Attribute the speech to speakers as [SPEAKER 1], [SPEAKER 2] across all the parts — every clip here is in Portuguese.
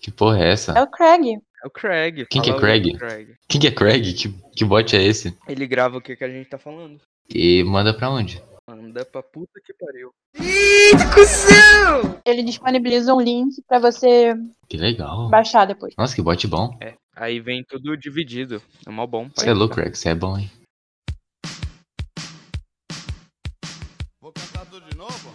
[SPEAKER 1] Que porra é
[SPEAKER 2] É
[SPEAKER 1] essa?
[SPEAKER 2] o Craig.
[SPEAKER 3] É o Craig.
[SPEAKER 1] Quem que é
[SPEAKER 3] fala o
[SPEAKER 1] Craig? Quem que é Craig? Que, que bot é esse?
[SPEAKER 3] Ele grava o que, que a gente tá falando.
[SPEAKER 1] E manda pra onde?
[SPEAKER 3] Manda pra puta que pariu.
[SPEAKER 2] Ele disponibiliza um link pra você
[SPEAKER 1] Que legal.
[SPEAKER 2] baixar depois.
[SPEAKER 1] Nossa, que bot bom.
[SPEAKER 3] É. Aí vem tudo dividido. É mó bom.
[SPEAKER 1] Você é louco, Craig. Você é bom, hein?
[SPEAKER 4] Vou cantar tudo de novo?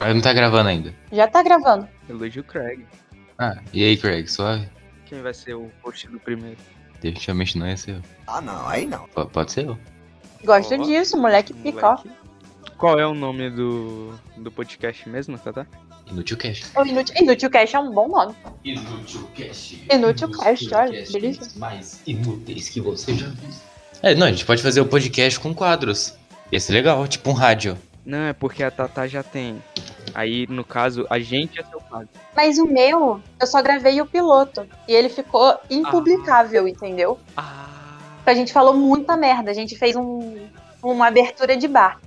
[SPEAKER 1] Mas não tá gravando ainda.
[SPEAKER 2] Já tá gravando.
[SPEAKER 3] Elogio Craig.
[SPEAKER 1] Ah, e aí, Craig? Suave?
[SPEAKER 3] Quem vai ser o host do primeiro?
[SPEAKER 1] Definitivamente não é seu.
[SPEAKER 4] Ah, não, aí não.
[SPEAKER 1] Po- pode ser eu.
[SPEAKER 2] Gosto
[SPEAKER 3] Ó,
[SPEAKER 2] disso, moleque picó.
[SPEAKER 3] Moleque. Qual é o nome do, do podcast mesmo, Tata?
[SPEAKER 1] Inútil Cash.
[SPEAKER 2] O Inútil, Inútil Cash é um bom nome.
[SPEAKER 1] Inútil Cash.
[SPEAKER 2] Inútil Cash, olha, beleza.
[SPEAKER 1] Mais inúteis que você já viu. É, não, a gente pode fazer o podcast com quadros. Ia ser legal, tipo um rádio.
[SPEAKER 3] Não, é porque a Tata já tem. Aí, no caso, a gente é seu caso.
[SPEAKER 2] Mas o meu, eu só gravei o piloto. E ele ficou impublicável, entendeu?
[SPEAKER 3] Ah.
[SPEAKER 2] Porque a gente falou muita merda. A gente fez um, uma abertura de bar.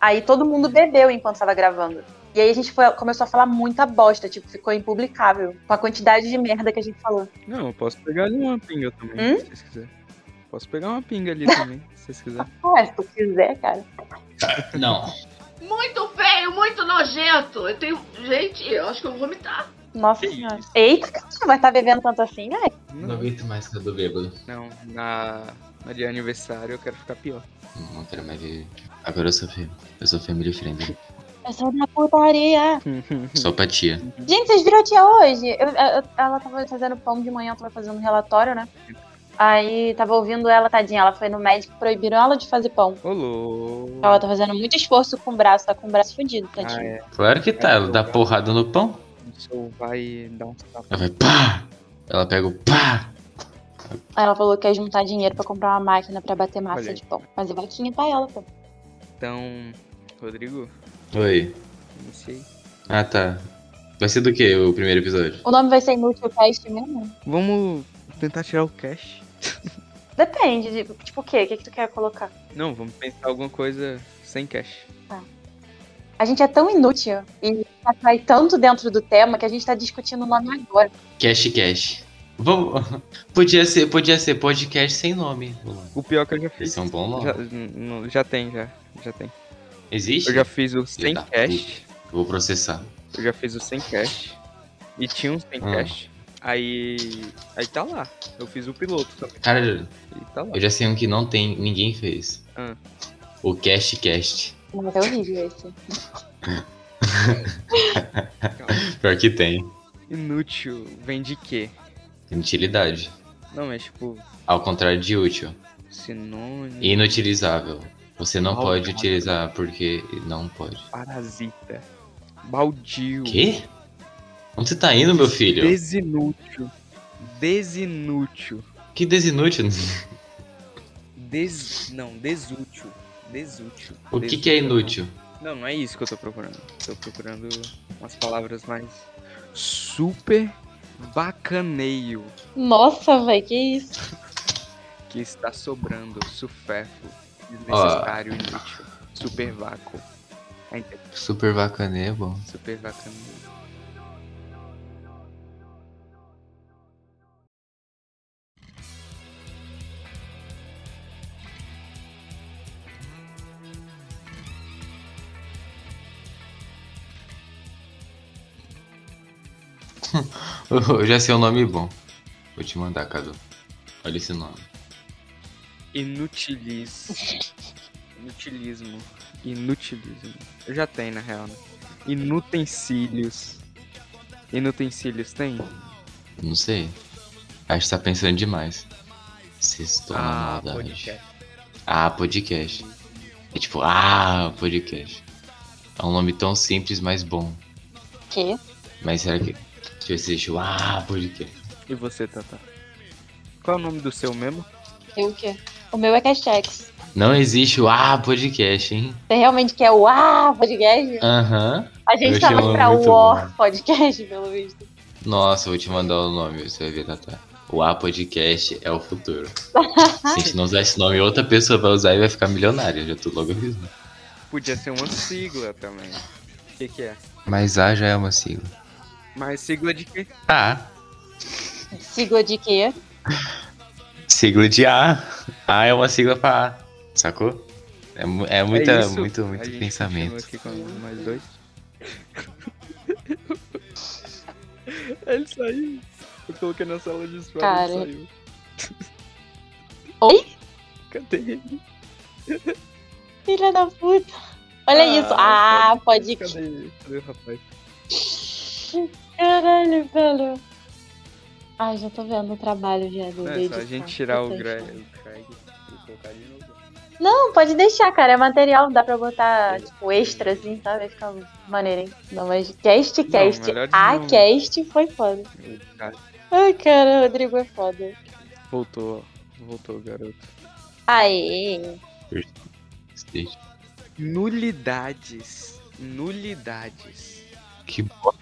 [SPEAKER 2] Aí todo mundo bebeu enquanto tava gravando. E aí a gente foi- começou a falar muita bosta, tipo, ficou impublicável. Com a quantidade de merda que a gente falou.
[SPEAKER 3] Não, eu posso pegar ali uma pinga também,
[SPEAKER 2] Hum?
[SPEAKER 3] se vocês quiserem. Posso pegar uma pinga ali também, se vocês quiserem.
[SPEAKER 2] Ah, se tu quiser, cara.
[SPEAKER 1] Não.
[SPEAKER 5] Muito feio, muito nojento. Eu tenho. Gente, eu acho que eu vou vomitar.
[SPEAKER 2] Nossa
[SPEAKER 3] Que
[SPEAKER 2] senhora.
[SPEAKER 3] isso?
[SPEAKER 2] Eita, cara, vai estar bebendo tanto assim, né?
[SPEAKER 1] Não
[SPEAKER 3] Não,
[SPEAKER 1] aguento mais ficar do bêbado.
[SPEAKER 3] não na, na de aniversário eu quero ficar pior.
[SPEAKER 1] Não quero mais ver. Agora eu sou filho. Eu sou family friend.
[SPEAKER 2] Eu sou da É putaria.
[SPEAKER 1] Só pra tia.
[SPEAKER 2] Gente, vocês viram a tia hoje? Eu- eu- ela tava fazendo pão de manhã, ela tava fazendo um relatório, né? Aí tava ouvindo ela, tadinha. Ela foi no médico, proibiram ela de fazer pão.
[SPEAKER 3] Olô!
[SPEAKER 2] Ela tá fazendo muito esforço com o braço, tá com o braço fudido,
[SPEAKER 3] Ah,
[SPEAKER 2] tadinha.
[SPEAKER 3] é.
[SPEAKER 1] Claro que tá, ela dá porrada no pão.
[SPEAKER 3] O senhor vai dar um tapa.
[SPEAKER 1] Ela vai pá! Ela pega o pá!
[SPEAKER 2] Aí ela falou que ia juntar dinheiro pra comprar uma máquina pra bater massa
[SPEAKER 3] Olha aí.
[SPEAKER 2] de pão. Fazer vaquinha pra ela, pô.
[SPEAKER 3] Então, Rodrigo,
[SPEAKER 1] Oi.
[SPEAKER 3] não sei.
[SPEAKER 1] Ah, tá. Vai ser do que o primeiro episódio?
[SPEAKER 2] O nome vai ser Inútil Cast mesmo?
[SPEAKER 3] Vamos tentar tirar o cash.
[SPEAKER 2] Depende, de- tipo o quê? O que, que tu quer colocar?
[SPEAKER 3] Não, vamos pensar alguma coisa sem cash.
[SPEAKER 2] A gente é tão inútil e atrai tanto dentro do tema que a gente tá discutindo o nome agora.
[SPEAKER 1] Cash Cash. Vamos. Podia ser, podia ser podcast sem nome.
[SPEAKER 3] O pior que eu já fiz.
[SPEAKER 1] Esse é um bom
[SPEAKER 3] Já,
[SPEAKER 1] nome.
[SPEAKER 3] n- n- já tem, já. Já tem.
[SPEAKER 1] Existe?
[SPEAKER 3] Eu já fiz o sem
[SPEAKER 1] da
[SPEAKER 3] cash.
[SPEAKER 1] Vou processar.
[SPEAKER 3] Eu já fiz o sem cash. E tinha um sem
[SPEAKER 1] Ah.
[SPEAKER 3] cash. Aí. Aí tá lá. Eu fiz o piloto também.
[SPEAKER 1] Cara,
[SPEAKER 3] E tá lá.
[SPEAKER 1] eu já sei um que não tem, ninguém fez.
[SPEAKER 3] Ah.
[SPEAKER 1] O Cash Cast.
[SPEAKER 2] Mas é horrível esse.
[SPEAKER 1] Pior que tem.
[SPEAKER 3] Inútil vem de quê?
[SPEAKER 1] Inutilidade.
[SPEAKER 3] Não, é tipo.
[SPEAKER 1] Ao contrário de útil.
[SPEAKER 3] Sinônimo.
[SPEAKER 1] Inutilizável. Você não
[SPEAKER 3] Mal
[SPEAKER 1] pode
[SPEAKER 3] usado.
[SPEAKER 1] utilizar porque não pode.
[SPEAKER 3] Parasita. Baldio.
[SPEAKER 1] Quê? Onde você tá indo, meu filho?
[SPEAKER 3] Desinútil. Desinútil.
[SPEAKER 1] Que desinútil.
[SPEAKER 3] Des... Não, desútil. Desútil.
[SPEAKER 1] O que, que é inútil?
[SPEAKER 3] Não, não é isso que eu tô procurando. Tô procurando umas palavras mais. Super bacaneio.
[SPEAKER 2] Nossa, velho, que isso?
[SPEAKER 3] Que está sobrando. Sufefo. Desnecessário, inútil. Super vácuo. Ah, então,
[SPEAKER 1] Super bacaneiro, bom.
[SPEAKER 3] Super bacaneio.
[SPEAKER 1] Eu já sei um nome bom. Vou te mandar, Cadu. Olha esse nome.
[SPEAKER 3] Inutilis. Inutilismo. Inutilismo. Eu já tenho, na real, né? Inutensílios. Inutensílios tem?
[SPEAKER 1] Não sei. Acho que tá pensando demais. Sextou na
[SPEAKER 3] Ah,
[SPEAKER 1] maldade. Ah, podcast. É tipo, ah, podcast. É um nome tão simples, mas bom.
[SPEAKER 2] Que?
[SPEAKER 1] Mas será que. Deixa eu ver se existe o ah, podcast.
[SPEAKER 3] E você, Tata? Qual é o nome do seu mesmo?
[SPEAKER 2] Eu o quê? O meu é Castex.
[SPEAKER 1] Não existe o ah, podcast, hein?
[SPEAKER 2] Você realmente quer o Ah! podcast?
[SPEAKER 1] Aham.
[SPEAKER 2] A gente
[SPEAKER 1] Eu
[SPEAKER 2] tá
[SPEAKER 1] achei
[SPEAKER 2] mais pra
[SPEAKER 1] muito
[SPEAKER 2] War podcast, pelo visto.
[SPEAKER 1] Nossa, vou te mandar o nome, você vai ver, Tatá. O A Podcast é o futuro. Se a gente não usar esse nome, outra pessoa vai usar e vai ficar milionária. Já tô logo avisando.
[SPEAKER 3] Podia ser uma sigla também. O que, que é?
[SPEAKER 1] Mas A já é uma sigla.
[SPEAKER 3] Mas sigla de quê?
[SPEAKER 1] A.
[SPEAKER 2] Sigla de quê?
[SPEAKER 1] Sigla de A. A é uma sigla pra A. Sacou? É, mu- é muita,
[SPEAKER 3] é isso.
[SPEAKER 1] muito,
[SPEAKER 3] A
[SPEAKER 1] muito
[SPEAKER 3] gente
[SPEAKER 1] pensamento.
[SPEAKER 3] continua Aqui com mais dois. ele saiu. Eu coloquei na sala de espera
[SPEAKER 2] Cara.
[SPEAKER 3] ele saiu.
[SPEAKER 2] Oi?
[SPEAKER 3] Cadê ele?
[SPEAKER 2] Filha da puta. Olha
[SPEAKER 3] Ah,
[SPEAKER 2] isso. Ah, pode
[SPEAKER 3] Cadê
[SPEAKER 2] que.
[SPEAKER 3] ele? Cadê o rapaz?
[SPEAKER 2] Caralho, velho. Ai, já tô vendo o trabalho já do
[SPEAKER 3] Não,
[SPEAKER 2] do
[SPEAKER 3] é só a
[SPEAKER 2] edição.
[SPEAKER 3] gente tirar o
[SPEAKER 2] Puta,
[SPEAKER 3] Greg,
[SPEAKER 2] cara.
[SPEAKER 3] o Craig e colocar de novo.
[SPEAKER 2] Não, pode deixar, cara. É material, dá pra botar, tipo, extra, assim, sabe? Vai ficar maneiro, hein? Não, mas cast,
[SPEAKER 3] Não,
[SPEAKER 2] cast.
[SPEAKER 3] melhor
[SPEAKER 2] a
[SPEAKER 3] não.
[SPEAKER 2] cast foi foda.
[SPEAKER 3] O cara
[SPEAKER 2] Ai, cara, o Rodrigo é foda.
[SPEAKER 3] Voltou, voltou, garoto.
[SPEAKER 2] Aê.
[SPEAKER 1] Stage.
[SPEAKER 3] Nulidades. Nulidades.
[SPEAKER 1] Que bosta.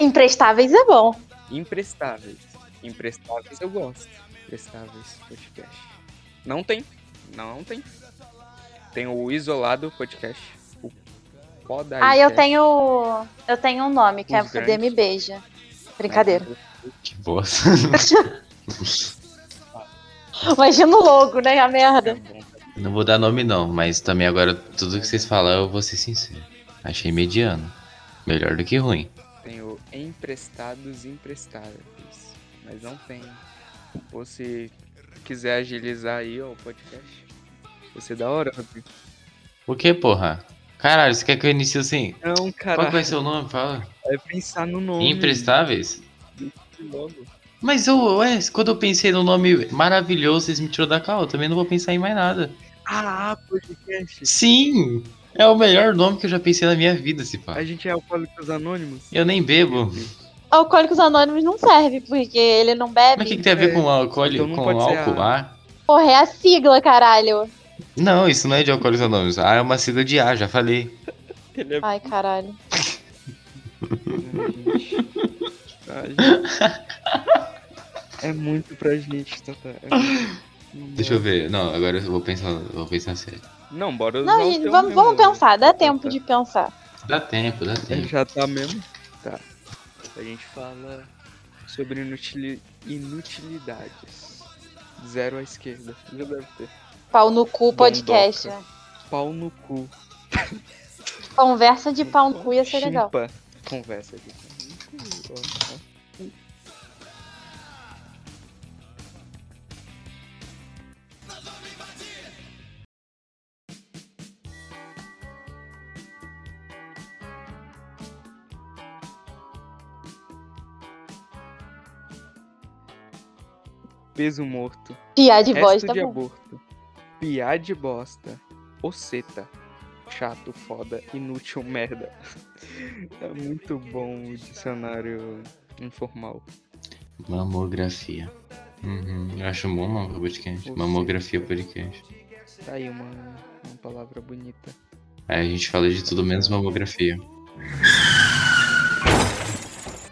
[SPEAKER 2] Imprestáveis é bom.
[SPEAKER 3] Imprestáveis. Imprestáveis eu gosto. Imprestáveis podcast. Não tem. Não tem. Tem o isolado podcast. O Poda
[SPEAKER 2] Ah, eu tenho. Eu tenho um nome, que é
[SPEAKER 3] Os
[SPEAKER 2] Fuder Me
[SPEAKER 3] grandes.
[SPEAKER 2] Beija. Brincadeira.
[SPEAKER 1] Que bosta.
[SPEAKER 2] Imagina o logo, né? A merda.
[SPEAKER 3] tá
[SPEAKER 1] Não vou dar nome não, mas também agora tudo que vocês falam eu vou ser sincero. Achei mediano. Melhor do que ruim.
[SPEAKER 3] Tem o emprestados e imprestáveis. Mas não tem. Ou se quiser agilizar aí, ó, o podcast. Vai ser da hora, Rodrigo.
[SPEAKER 1] O que, porra? Caralho, você quer que eu inicie assim?
[SPEAKER 3] Não,
[SPEAKER 1] Qual
[SPEAKER 3] cara.
[SPEAKER 1] que vai ser o nome? Fala.
[SPEAKER 3] É pensar no nome.
[SPEAKER 1] Imprestáveis?
[SPEAKER 3] Logo.
[SPEAKER 1] Mas eu, ué, quando eu pensei no nome maravilhoso, vocês me tirou da cal, eu também não vou pensar em mais nada.
[SPEAKER 3] Ah, podcast.
[SPEAKER 1] Sim! É o melhor nome que eu já pensei na minha vida, se pá.
[SPEAKER 3] A gente é alcoólicos anônimos?
[SPEAKER 1] Eu nem bebo.
[SPEAKER 2] Alcoólicos Anônimos não serve, porque ele não
[SPEAKER 1] Mas o que,
[SPEAKER 2] bebe.
[SPEAKER 1] que tem a ver com álcool?
[SPEAKER 3] Então não
[SPEAKER 1] com
[SPEAKER 3] pode ser
[SPEAKER 1] álcool?
[SPEAKER 3] a-
[SPEAKER 1] Ah?
[SPEAKER 2] Porra, é a sigla, caralho.
[SPEAKER 1] Não, isso não é de alcoólicos anônimos. Ah, é uma sigla de A, já falei.
[SPEAKER 3] Ele é
[SPEAKER 2] Ai, caralho.
[SPEAKER 3] pra gente. É muito pra gente, Tata. É muito.
[SPEAKER 1] Deixa eu ver. Não, agora eu vou pensar, vou pensar sério.
[SPEAKER 3] Não, bora usar
[SPEAKER 2] Não,
[SPEAKER 3] o
[SPEAKER 2] gente,
[SPEAKER 3] teu
[SPEAKER 2] vamos,
[SPEAKER 3] mesmo,
[SPEAKER 2] vamos
[SPEAKER 3] né?
[SPEAKER 2] pensar. Dá
[SPEAKER 3] Já
[SPEAKER 2] tempo
[SPEAKER 3] tá.
[SPEAKER 2] de pensar.
[SPEAKER 1] Dá tempo, dá tempo.
[SPEAKER 3] Já tá mesmo? Tá. A gente fala sobre inutili- inutilidades. Zero à esquerda. Já deve ter.
[SPEAKER 2] Pau no cu podcast.
[SPEAKER 3] Bondoca. Pau no cu.
[SPEAKER 2] Conversa de pau no cu ia ser legal.
[SPEAKER 3] Chimpa. Conversa aqui. Ó, ó. Peso morto.
[SPEAKER 2] Piar de voz
[SPEAKER 3] Resto
[SPEAKER 2] tá
[SPEAKER 3] de
[SPEAKER 2] bom.
[SPEAKER 3] aborto. Piá de bosta. Oceta. Chato, foda, inútil, merda. É muito bom o dicionário informal.
[SPEAKER 1] Mamografia. Uhum, eu acho bom o podcast. Mamografia podcast.
[SPEAKER 3] Tá aí uma, uma palavra bonita.
[SPEAKER 1] Aí a gente fala de tudo menos mamografia.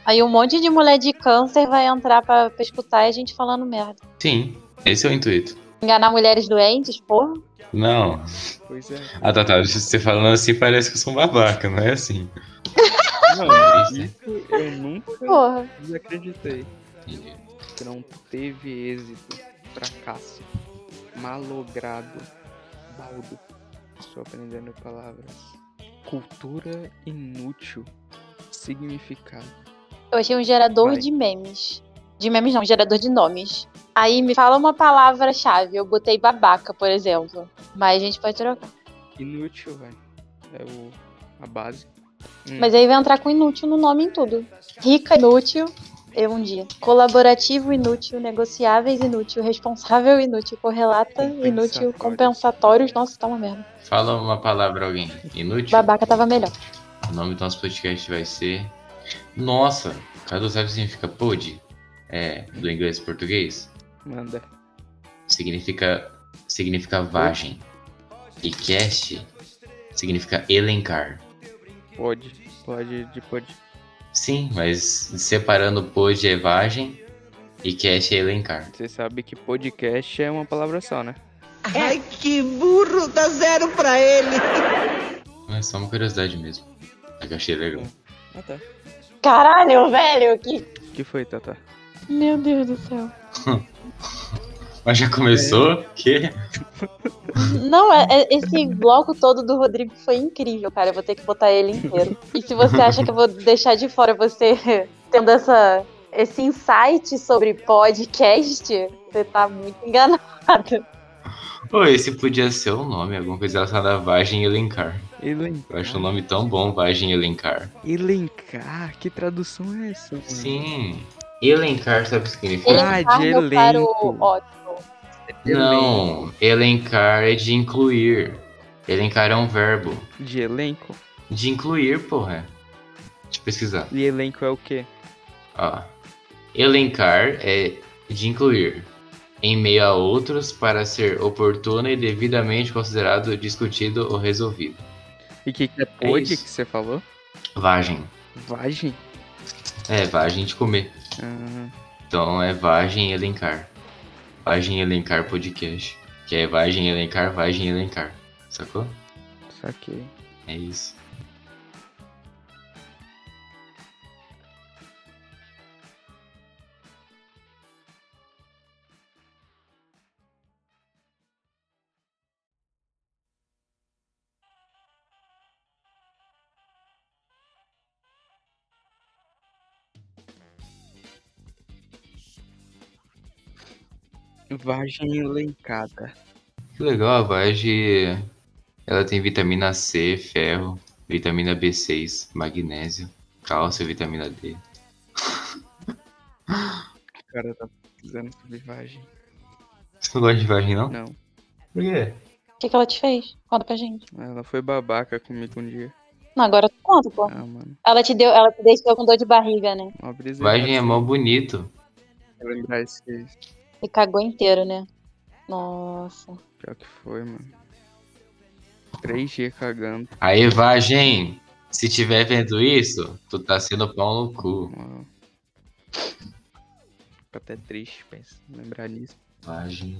[SPEAKER 2] Aí um monte de mulher de câncer vai entrar pra, pra escutar e a gente falando merda.
[SPEAKER 1] Sim, esse é o intuito.
[SPEAKER 2] Enganar mulheres doentes, porra.
[SPEAKER 1] Não.
[SPEAKER 3] Pois é.
[SPEAKER 1] Ah, tá, tá. Você falando assim parece que eu sou um babaca, não é assim.
[SPEAKER 3] Não,
[SPEAKER 1] Isso,
[SPEAKER 3] isso eu nunca
[SPEAKER 2] Porra.
[SPEAKER 3] desacreditei.
[SPEAKER 1] Entendi.
[SPEAKER 3] Não teve êxito. Fracasso. Malogrado. Baldo. Estou aprendendo palavras. Cultura inútil. Significado.
[SPEAKER 2] Eu achei um gerador
[SPEAKER 3] Vai.
[SPEAKER 2] de memes. De memes não, gerador de nomes. Aí me fala uma palavra-chave. Eu botei babaca, por exemplo. Mas a gente pode trocar.
[SPEAKER 3] Hum. Inútil, velho. É o, a base. Hum,
[SPEAKER 2] Mas aí vai entrar com inútil no nome em tudo. Rica inútil, eu um dia. Colaborativo inútil, negociáveis inútil, responsável inútil, correlata inútil,
[SPEAKER 3] Compensatórios.
[SPEAKER 2] compensatórios. Nossa, tá uma merda.
[SPEAKER 1] Fala uma palavra, alguém. Inútil?
[SPEAKER 2] Babaca tava melhor.
[SPEAKER 1] O nome do nosso podcast vai ser. Nossa! Cadu, sabe o que significa pod? É, do inglês e português?
[SPEAKER 3] Manda.
[SPEAKER 1] significa significa vagem. E cast significa elencar.
[SPEAKER 3] Pode. Pode de pode.
[SPEAKER 1] Sim, mas separando pod é vagem e cast é elencar.
[SPEAKER 3] Você sabe que podcast é uma palavra só, né?
[SPEAKER 6] Ai, que burro! Dá zero pra ele!
[SPEAKER 1] Não, É só uma curiosidade mesmo. É Eu achei legal.
[SPEAKER 3] Ah, tá.
[SPEAKER 2] Caralho, velho, que.
[SPEAKER 3] O que foi, Tata?
[SPEAKER 7] Meu Deus do céu.
[SPEAKER 1] Mas já começou? Que?
[SPEAKER 2] Não, é- é- esse bloco todo do Rodrigo foi incrível, cara. Eu vou ter que botar ele inteiro. E se você acha que eu vou deixar de fora você tendo essa, esse insight sobre podcast, você tá muito enganado.
[SPEAKER 1] Pô, esse podia ser o nome, alguma coisa relacionada a Vagem e Elencar.
[SPEAKER 3] E linkar.
[SPEAKER 1] Eu acho o nome tão bom, Vagem e Elencar.
[SPEAKER 3] E linkar? Que tradução é essa? mano?
[SPEAKER 1] Sim. Elencar sabe o que significa?
[SPEAKER 3] Ah, de
[SPEAKER 2] Encarna para o
[SPEAKER 3] elenco.
[SPEAKER 2] ótimo.
[SPEAKER 1] Não, elencar é de incluir. Elencar é um verbo.
[SPEAKER 3] De elenco?
[SPEAKER 1] De incluir, porra. Deixa eu pesquisar.
[SPEAKER 3] E elenco é o quê?
[SPEAKER 1] Ó. Elencar é de incluir em meio a outros para ser oportuno e devidamente considerado, discutido ou resolvido.
[SPEAKER 3] E o que, que é
[SPEAKER 1] É
[SPEAKER 3] pod
[SPEAKER 1] isso.
[SPEAKER 3] que você falou?
[SPEAKER 1] Vagem.
[SPEAKER 3] Vagem?
[SPEAKER 1] É, vagem de comer.
[SPEAKER 3] Ah,
[SPEAKER 1] Então é Vagem e Elencar. Vagem e Elencar Podcast. Que é Vagem e Elencar, Vagem e Elencar. Sacou?
[SPEAKER 3] saquei.
[SPEAKER 1] É isso.
[SPEAKER 3] Vagem elencada.
[SPEAKER 1] Que legal, a Vagem. Ela tem vitamina C, ferro, vitamina B6, magnésio, cálcio, vitamina D.
[SPEAKER 3] O cara tá pesquisando sobre vagem.
[SPEAKER 1] Você não gosta de vagem, não?
[SPEAKER 3] Não,
[SPEAKER 1] Por quê?
[SPEAKER 2] O que, que ela te fez? Conta pra gente.
[SPEAKER 3] ela foi babaca comigo um dia.
[SPEAKER 2] Não, agora tu conta, pô.
[SPEAKER 3] Ah, mano.
[SPEAKER 2] Ela te deu, ela te deixou com dor de barriga, né?
[SPEAKER 3] Uma brisa.
[SPEAKER 1] Vagem é
[SPEAKER 3] errada,
[SPEAKER 1] mó bonito.
[SPEAKER 3] se Lembrar esse.
[SPEAKER 2] E cagou inteiro, né? Nossa.
[SPEAKER 3] Pior que foi, mano. 3G cagando.
[SPEAKER 1] Aí, Vagem! Se tiver vendo isso, tu tá sendo pau no cu.
[SPEAKER 3] Mano. Fico até triste pensa, lembrar nisso.
[SPEAKER 1] Vagem.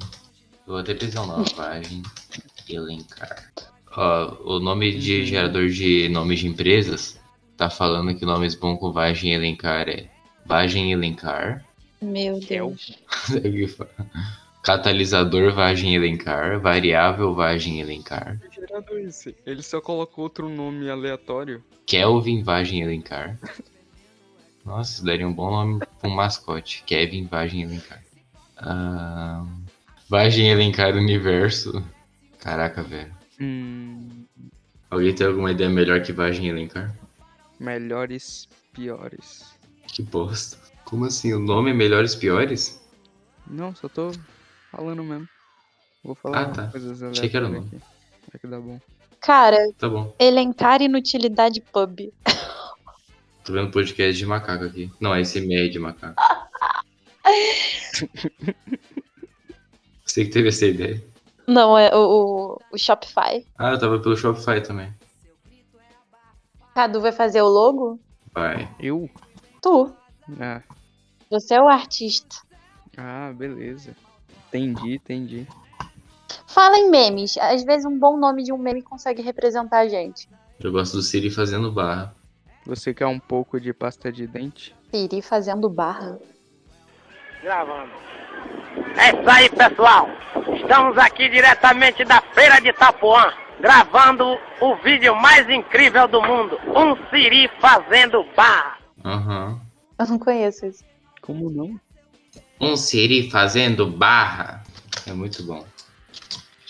[SPEAKER 1] Eu vou até pesquisar o nome. Vagem Elencar. Ó, o nome de
[SPEAKER 3] Uhum.
[SPEAKER 1] gerador de nomes de empresas tá falando que nomes bons com Vagem Elencar é Vagem Elencar,
[SPEAKER 2] Meu
[SPEAKER 3] Kel.
[SPEAKER 2] Deus.
[SPEAKER 1] Catalisador Vagem Elencar, Variável Vagem Elencar,
[SPEAKER 3] Gerado esse. Ele só colocou outro nome aleatório.
[SPEAKER 1] Kelvin Vagem Elencar. Nossa, isso daria um bom nome pra um mascote. Kevin Vagem Elencar. Ah, Vagem Elencar Universo. Caraca, velho.
[SPEAKER 3] Hum.
[SPEAKER 1] Alguém tem alguma ideia melhor que Vagem Elencar?
[SPEAKER 3] Melhores, piores.
[SPEAKER 1] Que bosta. Como assim? O nome é Melhores Piores?
[SPEAKER 3] Não, só tô falando mesmo. Vou falar
[SPEAKER 1] Ah, tá.
[SPEAKER 3] coisas aleatórias.
[SPEAKER 1] Achei que era o
[SPEAKER 3] aqui. Vai que dá bom.
[SPEAKER 2] Cara,
[SPEAKER 1] Tá bom.
[SPEAKER 2] elencar inutilidade pub.
[SPEAKER 1] Tô vendo podcast de macaco aqui. Não, é esse meio de macaco. Você que teve essa ideia.
[SPEAKER 2] Não, é o, o, o Shopify.
[SPEAKER 1] Ah, eu tava pelo Shopify também.
[SPEAKER 2] Cadu vai fazer o logo?
[SPEAKER 1] Vai.
[SPEAKER 3] Eu?
[SPEAKER 2] Tu.
[SPEAKER 3] Ah,
[SPEAKER 2] Você é o artista.
[SPEAKER 3] ah, beleza. Entendi, entendi.
[SPEAKER 2] Fala em memes. Às vezes um bom nome de um meme consegue representar a gente.
[SPEAKER 1] Eu gosto do Siri fazendo barra.
[SPEAKER 3] Você quer um pouco de pasta de dente?
[SPEAKER 2] Piri fazendo barra.
[SPEAKER 8] É isso aí, pessoal. Estamos aqui diretamente da Feira de Itapuã, gravando o vídeo mais incrível do mundo. Um siri fazendo barra.
[SPEAKER 1] Aham.
[SPEAKER 2] Eu não conheço isso.
[SPEAKER 3] Como não?
[SPEAKER 1] Um Siri fazendo barra. É muito bom.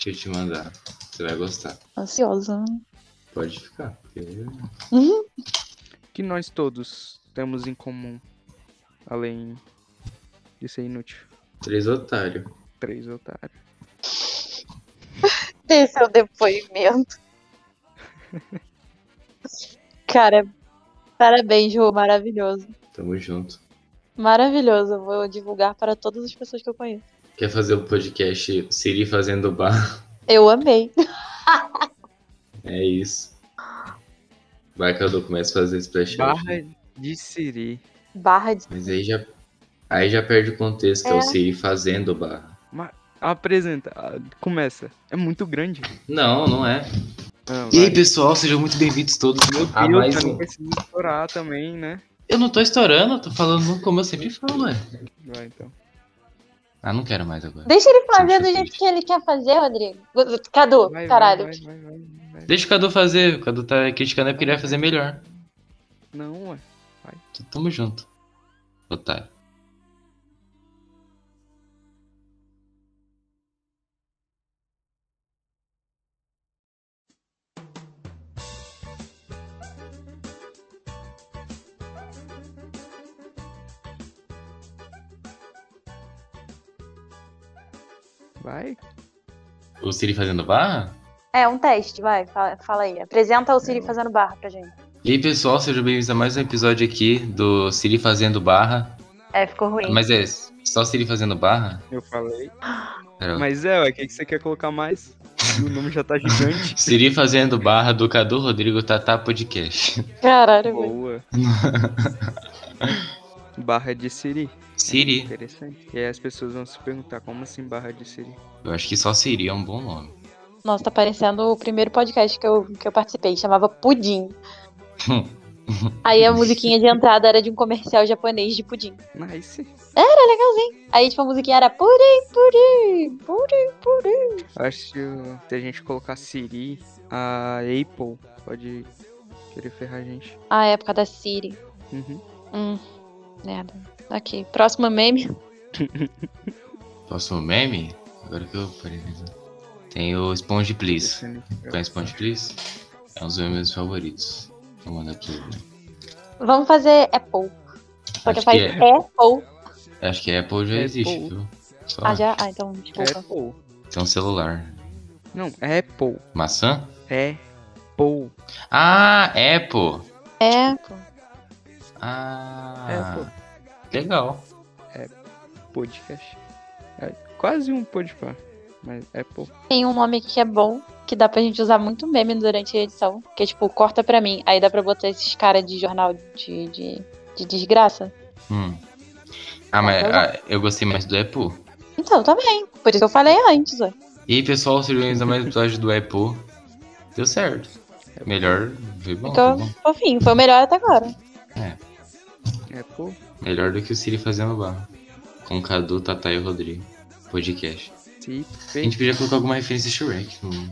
[SPEAKER 1] Deixa eu te mandar. Você vai gostar.
[SPEAKER 2] Ansiosa.
[SPEAKER 1] Pode ficar. porque-
[SPEAKER 3] que nós todos temos em comum? Além de ser inútil.
[SPEAKER 1] Três otários.
[SPEAKER 3] Três otários.
[SPEAKER 2] Esse é o depoimento. Cara, parabéns, Ju. Maravilhoso.
[SPEAKER 1] Tamo junto.
[SPEAKER 2] Maravilhoso. Eu vou divulgar para todas as pessoas que eu conheço.
[SPEAKER 1] Quer fazer o podcast Siri fazendo bar?
[SPEAKER 2] Eu amei.
[SPEAKER 1] É isso. Vai que eu começa a fazer splash out.
[SPEAKER 3] Barra de Siri.
[SPEAKER 2] Barra de.
[SPEAKER 1] Mas aí já, aí já perde o contexto, é,
[SPEAKER 2] É.
[SPEAKER 1] o Siri fazendo bar.
[SPEAKER 3] Apresenta. Ah, Começa. É muito grande.
[SPEAKER 9] Não, não é.
[SPEAKER 3] Ah,
[SPEAKER 1] E
[SPEAKER 3] vai.
[SPEAKER 1] aí, pessoal, sejam muito bem-vindos todos. Meu
[SPEAKER 9] Ah,
[SPEAKER 3] Meu,
[SPEAKER 9] mais
[SPEAKER 3] pra mim
[SPEAKER 9] um.
[SPEAKER 3] vai se estourar também, né?
[SPEAKER 1] Eu não tô estourando, eu tô falando como eu sempre falo, ué.
[SPEAKER 3] Vai então.
[SPEAKER 1] Ah, não quero mais agora.
[SPEAKER 2] Deixa ele fazer
[SPEAKER 1] Sim,
[SPEAKER 2] do
[SPEAKER 1] sim,
[SPEAKER 2] jeito
[SPEAKER 1] sim.
[SPEAKER 2] que ele quer fazer, Rodrigo. Cadu,
[SPEAKER 3] Vai, vai,
[SPEAKER 2] caralho.
[SPEAKER 3] vai, vai, vai, vai.
[SPEAKER 1] Deixa o Cadu fazer, o Cadu tá criticando é porque ele vai fazer melhor.
[SPEAKER 3] Não, ué.
[SPEAKER 1] Então, tamo junto. Otário.
[SPEAKER 3] Vai.
[SPEAKER 1] O Siri fazendo barra?
[SPEAKER 2] É, um teste, vai. Fala, fala aí. Apresenta o Siri
[SPEAKER 1] É.
[SPEAKER 2] fazendo barra pra gente.
[SPEAKER 1] E aí, pessoal, sejam bem-vindos a mais um episódio aqui do Siri fazendo barra.
[SPEAKER 2] É, ficou ruim.
[SPEAKER 1] Mas é só Siri fazendo barra?
[SPEAKER 3] Eu falei.
[SPEAKER 1] Pera, lá.
[SPEAKER 3] Mas é, ué, o que que você quer colocar mais? O nome já tá gigante.
[SPEAKER 1] Siri fazendo barra do Cadu Rodrigo Tatá Podcast.
[SPEAKER 7] Caralho, velho.
[SPEAKER 3] Boa. barra de Siri.
[SPEAKER 1] Siri.
[SPEAKER 3] Interessante. E aí as pessoas vão se perguntar, como assim barra de Siri?
[SPEAKER 1] Eu acho que só Siri é um bom nome.
[SPEAKER 2] Nossa, tá parecendo o primeiro podcast que eu, que eu participei, chamava Pudim. Aí a musiquinha de entrada era de um comercial japonês de pudim.
[SPEAKER 3] Nice.
[SPEAKER 2] Era legalzinho. Aí, tipo, a musiquinha era purim, purim, purim, purim.
[SPEAKER 3] Acho que uh, se a gente colocar Siri, a Apple pode querer ferrar a gente.
[SPEAKER 2] A época da Siri.
[SPEAKER 3] Uhum.
[SPEAKER 7] Hum.
[SPEAKER 2] Merda. Aqui. Próximo meme.
[SPEAKER 1] Próximo um meme? Agora que eu parei. de pensar. Tem o Sponge Please.
[SPEAKER 3] Esse é meu.
[SPEAKER 1] Conhece Sponge Please? É um dos meus favoritos. Vou mandar pra ele.
[SPEAKER 2] Vamos fazer Apple. Só que
[SPEAKER 1] Acho
[SPEAKER 2] faz
[SPEAKER 1] que é.
[SPEAKER 2] Apple.
[SPEAKER 1] Acho que Apple já
[SPEAKER 3] Apple.
[SPEAKER 1] existe, viu? Só
[SPEAKER 2] Ah, já? Ah,
[SPEAKER 1] é
[SPEAKER 2] então, desculpa.
[SPEAKER 3] É Apple.
[SPEAKER 1] tem um celular.
[SPEAKER 3] Não, é Apple. É
[SPEAKER 1] Maçã?
[SPEAKER 3] Apple.
[SPEAKER 1] Ah, Apple!
[SPEAKER 7] É, pô.
[SPEAKER 1] Ah, legal.
[SPEAKER 3] Podcast. É quase um podcast. Mas Apple.
[SPEAKER 7] Tem um nome que é bom, que dá pra gente usar muito meme durante a edição. Que é tipo, corta pra mim. Aí dá pra botar esses caras de jornal de, de, de desgraça.
[SPEAKER 1] Hum. Ah, mas
[SPEAKER 2] é
[SPEAKER 1] ah, eu gostei mais do Apple.
[SPEAKER 7] Então, também. Por isso que eu falei antes, ó.
[SPEAKER 1] E aí, pessoal, sejam bem-vindos a mais um episódio do Apple. Deu certo. Melhor, foi bom,
[SPEAKER 7] Ficou
[SPEAKER 2] Então,
[SPEAKER 1] foi bom.
[SPEAKER 7] fofinho. Foi o melhor até agora.
[SPEAKER 3] Apple.
[SPEAKER 1] Melhor do que o Siri fazendo barra. Com Cadu, Tatá e o Rodrigo. Podcast.
[SPEAKER 3] Se
[SPEAKER 1] A gente podia colocar alguma referência de Shrek. Hum.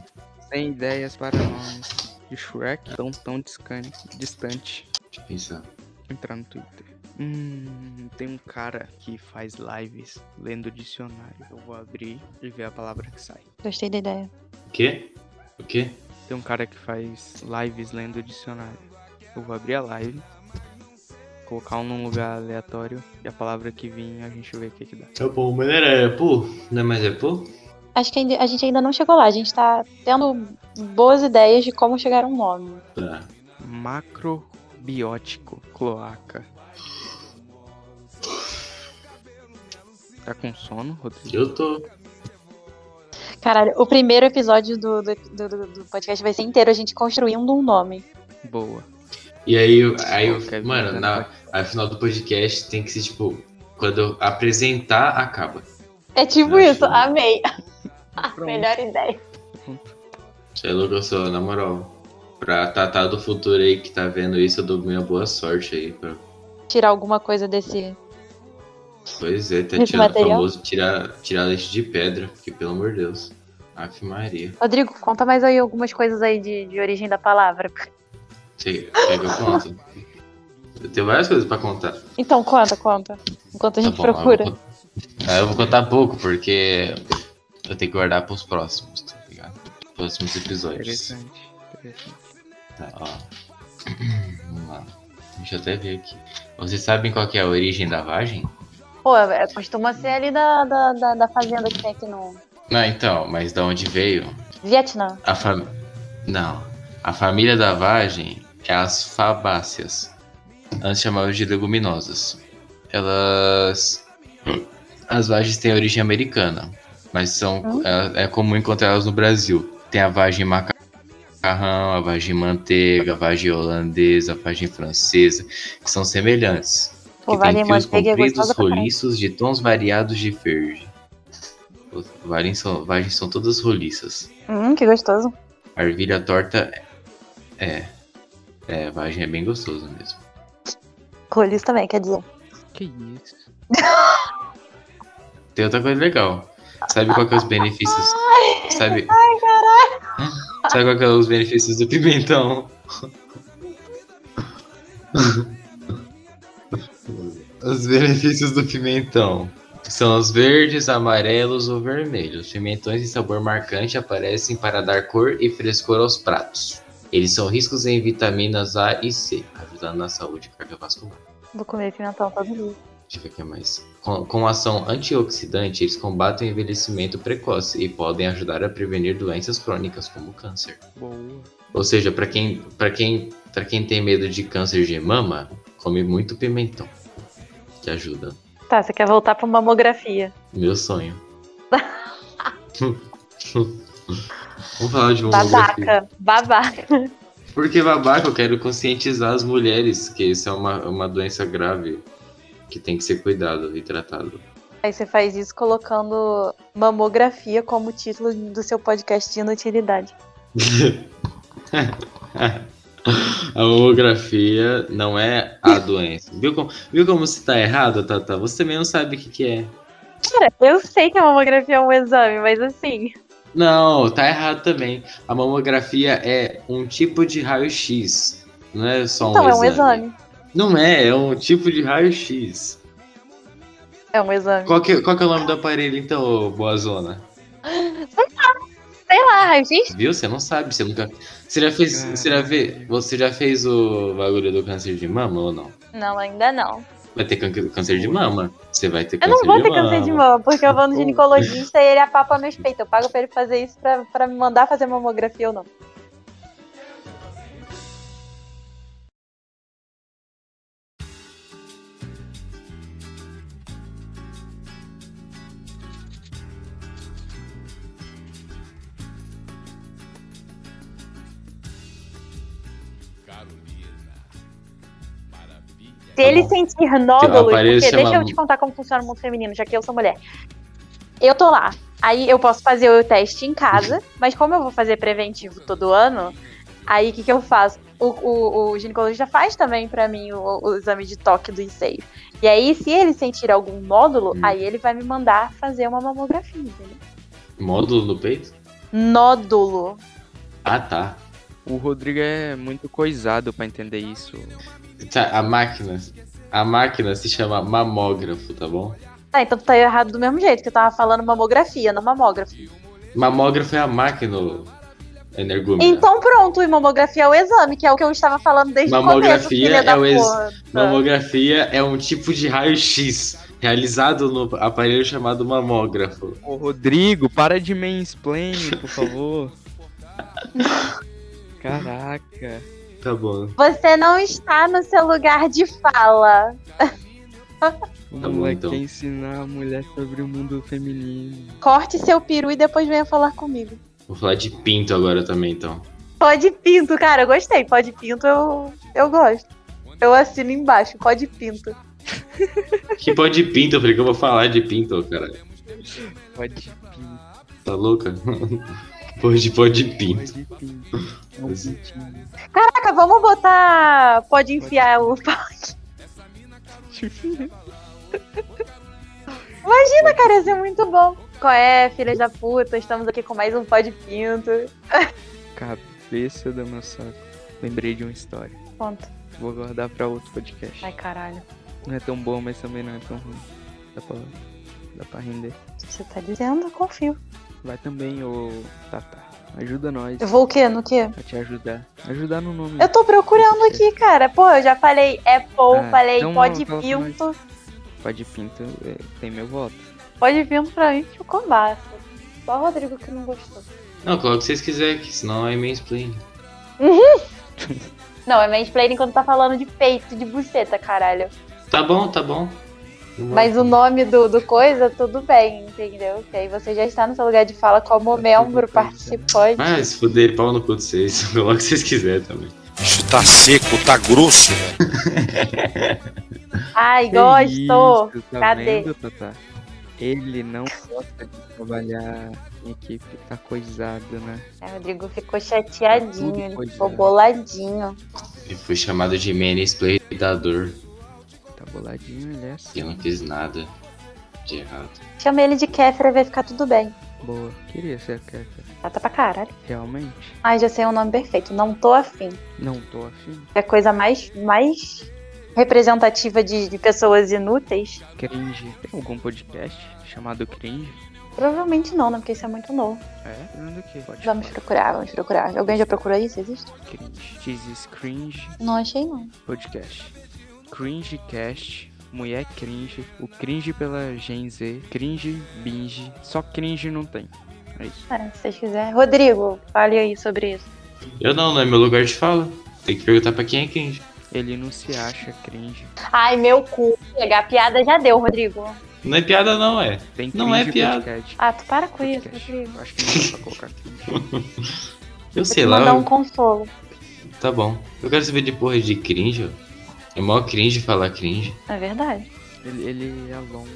[SPEAKER 3] sem ideias para nomes de Shrek tão tão discane- distante.
[SPEAKER 1] Deixa eu pensar.
[SPEAKER 3] Entrar no Twitter. Hum, tem um cara que faz lives lendo dicionário. Eu vou abrir e ver a palavra que sai.
[SPEAKER 7] Gostei da ideia.
[SPEAKER 1] O quê? O quê?
[SPEAKER 3] Tem um cara que faz lives lendo o dicionário. Eu vou abrir a live, colocar um num lugar aleatório e a palavra que vir a gente vê o que, que dá.
[SPEAKER 9] Tá bom, mas não era Apple? Não é mais Apple?
[SPEAKER 7] Acho que ainda- a gente ainda não chegou lá. A gente tá tendo boas ideias de como chegar a um nome.
[SPEAKER 9] Tá.
[SPEAKER 3] Macrobiótico cloaca. Tá com sono, Rodrigo?
[SPEAKER 9] Eu tô.
[SPEAKER 7] Caralho, o primeiro episódio do, do, do- do- do podcast vai ser inteiro a gente construindo um nome.
[SPEAKER 3] Boa.
[SPEAKER 9] E aí, eu- aí eu-
[SPEAKER 3] Ok,
[SPEAKER 9] mano, na, aí no final do podcast tem que ser tipo. Quando eu apresentar, acaba.
[SPEAKER 7] É tipo
[SPEAKER 9] Acho-
[SPEAKER 7] isso, amei.
[SPEAKER 3] Pronto.
[SPEAKER 7] Melhor ideia.
[SPEAKER 9] Isso aí, Lucas, na moral. Pra Tatá do futuro aí que tá vendo isso, eu dou minha boa sorte aí. Pra...
[SPEAKER 7] Tirar alguma coisa desse.
[SPEAKER 9] Pois é, tá
[SPEAKER 7] Muito
[SPEAKER 9] tirando o
[SPEAKER 7] material.
[SPEAKER 9] famoso tirar, tirar leite de pedra, porque pelo amor de Deus. Ave Maria.
[SPEAKER 2] Rodrigo, conta mais aí algumas coisas aí de, de origem da palavra.
[SPEAKER 9] Você pega a conta. Eu tenho várias coisas pra contar.
[SPEAKER 7] Então, conta, conta. Enquanto a
[SPEAKER 1] Tá
[SPEAKER 7] gente
[SPEAKER 1] bom,
[SPEAKER 7] procura.
[SPEAKER 1] Eu vou, cont- Ah, eu vou contar pouco, porque eu tenho que guardar pros próximos, tá ligado? Próximos episódios.
[SPEAKER 3] Interessante. interessante.
[SPEAKER 1] Tá, ó. Vamos lá. Deixa eu até ver aqui. Vocês sabem qual que é a origem da vagem?
[SPEAKER 2] Pô, é- costuma ser ali da, da, da, da fazenda que tem aqui no
[SPEAKER 1] Não, então, mas da onde veio?
[SPEAKER 2] Vietnã.
[SPEAKER 1] A fam... Não. A família da vagem é as fabáceas. Antes chamadas de leguminosas. Elas. As vagens têm origem americana, mas são
[SPEAKER 2] Hum?
[SPEAKER 1] é, é comum encontrá-las no Brasil. Tem a vagem maca- macarrão, a vagem manteiga, a vagem holandesa, a vagem francesa, que são semelhantes.
[SPEAKER 2] Pô,
[SPEAKER 1] que têm
[SPEAKER 2] vagem
[SPEAKER 1] fios
[SPEAKER 2] manteiga é
[SPEAKER 1] compridos,
[SPEAKER 2] gostosa pra caralho.
[SPEAKER 1] roliços, de tons variados de verde. Vagens são, vagens são todas roliças.
[SPEAKER 2] Hum, que gostoso.
[SPEAKER 1] Arvilha torta é. É, vagem é bem gostoso mesmo.
[SPEAKER 2] Rolis também, quer dizer.
[SPEAKER 3] Que isso?
[SPEAKER 1] Tem outra coisa legal. Sabe qual que é os benefícios? Sabe,
[SPEAKER 2] Ai, caralho.
[SPEAKER 1] sabe qual que é os benefícios do pimentão? os benefícios do pimentão. São os verdes, amarelos ou vermelhos. Pimentões de sabor marcante aparecem para dar cor e frescor aos pratos. Eles são ricos em vitaminas A e C, ajudando na saúde cardiovascular.
[SPEAKER 2] Vou comer pimentão todo dia.
[SPEAKER 1] Deixa eu ver o que é mais. Com, com ação antioxidante, eles combatem o envelhecimento precoce e podem ajudar a prevenir doenças crônicas como o câncer.
[SPEAKER 3] Boa.
[SPEAKER 1] Ou seja, para quem, pra quem, pra quem tem medo de câncer de mama, come muito pimentão. Que ajuda.
[SPEAKER 2] Tá, você quer voltar pra mamografia.
[SPEAKER 1] Meu sonho. Vamos falar de mamografia.
[SPEAKER 2] Babaca, babaca.
[SPEAKER 1] Porque babaca, eu quero conscientizar as mulheres que isso é uma, uma doença grave que tem que ser cuidado e tratado.
[SPEAKER 2] Aí você faz isso colocando mamografia como título do seu podcast de inutilidade.
[SPEAKER 1] A mamografia não é a doença. Viu como, viu como você tá errado, Tata? Você mesmo sabe o que, que é.
[SPEAKER 2] Cara, eu sei que a mamografia é um exame, mas assim.
[SPEAKER 1] Não, tá errado também. A mamografia é um tipo de raio-x. Não é só um
[SPEAKER 2] então, é um
[SPEAKER 1] exame.
[SPEAKER 2] exame.
[SPEAKER 1] Não é, é um tipo de raio-x.
[SPEAKER 2] É um exame.
[SPEAKER 1] Qual que, qual que é o nome do aparelho, então, ô Boa Zona?
[SPEAKER 2] Sei lá, raio-x?
[SPEAKER 1] Viu? Você não sabe, você nunca. Você já fez. Você já, vê, você já fez o bagulho do câncer de mama ou não?
[SPEAKER 2] Não, ainda não.
[SPEAKER 1] Vai ter cân- câncer de mama. Você vai ter
[SPEAKER 2] Eu
[SPEAKER 1] câncer
[SPEAKER 2] não
[SPEAKER 1] de
[SPEAKER 2] vou
[SPEAKER 1] mama.
[SPEAKER 2] ter câncer de mama, porque eu vou no ginecologista e ele apapa meus peitos. Eu pago pra ele fazer isso pra, pra me mandar fazer mamografia ou não. Se ele sentir nódulos,
[SPEAKER 1] aparelho
[SPEAKER 2] porque
[SPEAKER 1] chama-
[SPEAKER 2] deixa eu te contar como funciona o mundo feminino, já que eu sou mulher. Eu tô lá. Aí eu posso fazer o teste em casa, mas como eu vou fazer preventivo todo ano, aí o que, que eu faço? O, o- o ginecologista faz também pra mim o, o exame de toque dos seios. E aí, se ele sentir algum nódulo,
[SPEAKER 1] Hum.
[SPEAKER 2] aí ele vai me mandar fazer uma mamografia, entendeu?
[SPEAKER 1] Módulo no peito?
[SPEAKER 2] Nódulo.
[SPEAKER 1] Ah, tá.
[SPEAKER 3] O Rodrigo é muito coisado pra entender isso.
[SPEAKER 1] Tá, A máquina. A máquina se chama mamógrafo, tá bom?
[SPEAKER 2] Ah, então tu tá errado do mesmo jeito, que eu tava falando mamografia, não mamógrafo.
[SPEAKER 1] Mamógrafo é a máquina, energúmena.
[SPEAKER 2] Então pronto, e mamografia é o exame, que é o que eu estava falando desde o começo.
[SPEAKER 1] Mamografia
[SPEAKER 2] filha
[SPEAKER 1] é
[SPEAKER 2] da
[SPEAKER 1] o ex-
[SPEAKER 2] porra.
[SPEAKER 1] Mamografia é um tipo de raio-x realizado no aparelho chamado mamógrafo.
[SPEAKER 3] Ô, Rodrigo, para de mansplaining, por favor. Caraca.
[SPEAKER 1] Tá bom.
[SPEAKER 2] Você não está no seu lugar de fala.
[SPEAKER 3] O
[SPEAKER 1] Tá bom,
[SPEAKER 3] moleque
[SPEAKER 1] então.
[SPEAKER 3] quer ensinar a mulher sobre o mundo feminino.
[SPEAKER 2] Corte seu peru e depois venha falar comigo.
[SPEAKER 1] Vou falar de pinto agora também, então.
[SPEAKER 2] Pode pinto, cara, eu gostei. Pode pinto, eu, eu gosto. Eu assino embaixo, pode pinto.
[SPEAKER 1] Que pode de pinto? Eu falei que eu vou falar de pinto, cara.
[SPEAKER 3] Pode pim,
[SPEAKER 1] Tá louca? Pode, pode pinto.
[SPEAKER 3] pode pim. É um pintinho.
[SPEAKER 2] Caraca, vamos botar. Pode enfiar o. Imagina, cara, ia ser muito bom. Qual é, filhas da puta? Estamos aqui com mais um pode pinto.
[SPEAKER 3] Cabeça da meu saco. Lembrei de uma história.
[SPEAKER 2] Ponto.
[SPEAKER 3] Vou guardar pra outro podcast.
[SPEAKER 2] Ai, caralho.
[SPEAKER 3] Não é tão bom, mas também não é tão ruim. Dá pra, dá pra render.
[SPEAKER 2] Você tá dizendo, eu confio.
[SPEAKER 3] Vai também, ô Tata. Ajuda nós
[SPEAKER 2] Eu vou o quê? No quê?
[SPEAKER 3] a te ajudar. Ajudar no nome.
[SPEAKER 2] Eu tô procurando aqui, cara. Pô, eu já falei Apple,
[SPEAKER 3] Ah,
[SPEAKER 2] falei
[SPEAKER 3] então
[SPEAKER 2] pode
[SPEAKER 3] fala com
[SPEAKER 2] pinto.
[SPEAKER 3] Pode pinto, é, tem meu voto.
[SPEAKER 2] Pode pinto pra mim ficou massa. Só o Rodrigo que não gostou.
[SPEAKER 1] Não, coloca o que vocês quiserem, que senão é mansplain.
[SPEAKER 2] Não, é mansplaining quando tá falando de peito, de buceta, caralho.
[SPEAKER 1] Tá bom, tá bom.
[SPEAKER 2] Mas o nome do, do coisa, tudo bem, entendeu? Que aí você já está no seu lugar de fala como membro, participante.
[SPEAKER 1] Mas foder pau no cu de vocês. Coloca o que vocês quiserem também.
[SPEAKER 4] Isso tá seco, tá grosso.
[SPEAKER 2] Ai,
[SPEAKER 3] Que
[SPEAKER 2] gosto!
[SPEAKER 3] isso, tá
[SPEAKER 2] Cadê?
[SPEAKER 3] vendo, Tata? Ele não gosta de trabalhar em equipe, tá coisado, né?
[SPEAKER 2] É, o Rodrigo ficou chateadinho,
[SPEAKER 3] Tudo
[SPEAKER 2] ele
[SPEAKER 3] coisa.
[SPEAKER 2] ficou boladinho.
[SPEAKER 1] E fui chamado de menis dor
[SPEAKER 3] Tá boladinho, ele é
[SPEAKER 1] E
[SPEAKER 3] assim.
[SPEAKER 1] eu não fiz nada de errado.
[SPEAKER 2] Chama ele de Kéfera, vai ficar tudo bem.
[SPEAKER 3] Boa. Queria ser Kéfera.
[SPEAKER 2] Chata pra caralho.
[SPEAKER 3] Realmente?
[SPEAKER 2] Ai, já sei o nome perfeito. Não tô afim.
[SPEAKER 3] Não tô afim.
[SPEAKER 2] É a coisa mais, mais representativa de, de pessoas inúteis?
[SPEAKER 3] Cringe. Tem algum podcast chamado Cringe?
[SPEAKER 2] Provavelmente não, né? Porque isso é muito novo.
[SPEAKER 3] É? Lembrando que pode
[SPEAKER 2] Vamos procurar, vamos procurar. Alguém já procurou isso? Existe?
[SPEAKER 3] falar. Cringe. Jesus Cringe
[SPEAKER 2] Não achei, não.
[SPEAKER 3] Podcast. Cringe Cast. Mulher cringe, o cringe pela Gen Z, cringe, binge, só cringe não tem. É isso.
[SPEAKER 2] Cara, se vocês quiserem. Rodrigo, fale aí sobre isso.
[SPEAKER 1] Eu não, não é meu lugar de fala. Tem que perguntar pra quem é quem.
[SPEAKER 3] Ele não se acha cringe.
[SPEAKER 2] Ai, meu cu. Pegar a piada já deu, Rodrigo.
[SPEAKER 1] Não é piada não, é.
[SPEAKER 3] Tem cringe
[SPEAKER 1] Não é piada.
[SPEAKER 3] podcast.
[SPEAKER 2] Ah, tu para com isso,
[SPEAKER 3] podcast.
[SPEAKER 2] Rodrigo.
[SPEAKER 3] Acho que não dá pra colocar cringe.
[SPEAKER 1] Eu
[SPEAKER 2] Vou
[SPEAKER 1] sei
[SPEAKER 2] te
[SPEAKER 1] lá,
[SPEAKER 2] mandar
[SPEAKER 1] eu-
[SPEAKER 2] um consolo.
[SPEAKER 1] tá bom. Eu quero saber de porra de cringe, ó. É mó cringe falar cringe.
[SPEAKER 2] É verdade.
[SPEAKER 3] Ele, ele alonga.